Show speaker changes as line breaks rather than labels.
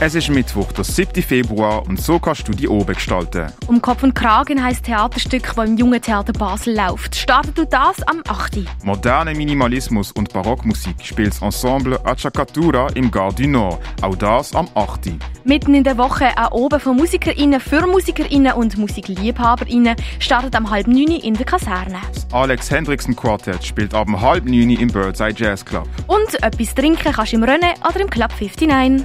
Es ist Mittwoch, der 7. Februar und so kannst du die oben gestalten.
Um Kopf und Kragen heisst Theaterstück, das im Jungen Theater Basel läuft. Startet du das am 8. Uhr.
Moderne Minimalismus und Barockmusik spielt das Ensemble Achacatura im Gare du Nord. Auch das am 8. Uhr.
Mitten in der Woche auch oben von MusikerInnen für MusikerInnen und MusikliebhaberInnen startet am halb 9 Uhr in der Kaserne.
Das Alex Hendrickson Quartett spielt ab halb 9 Uhr im Birdside Jazz Club.
Und etwas trinken kannst du im Rennen oder im Club 59.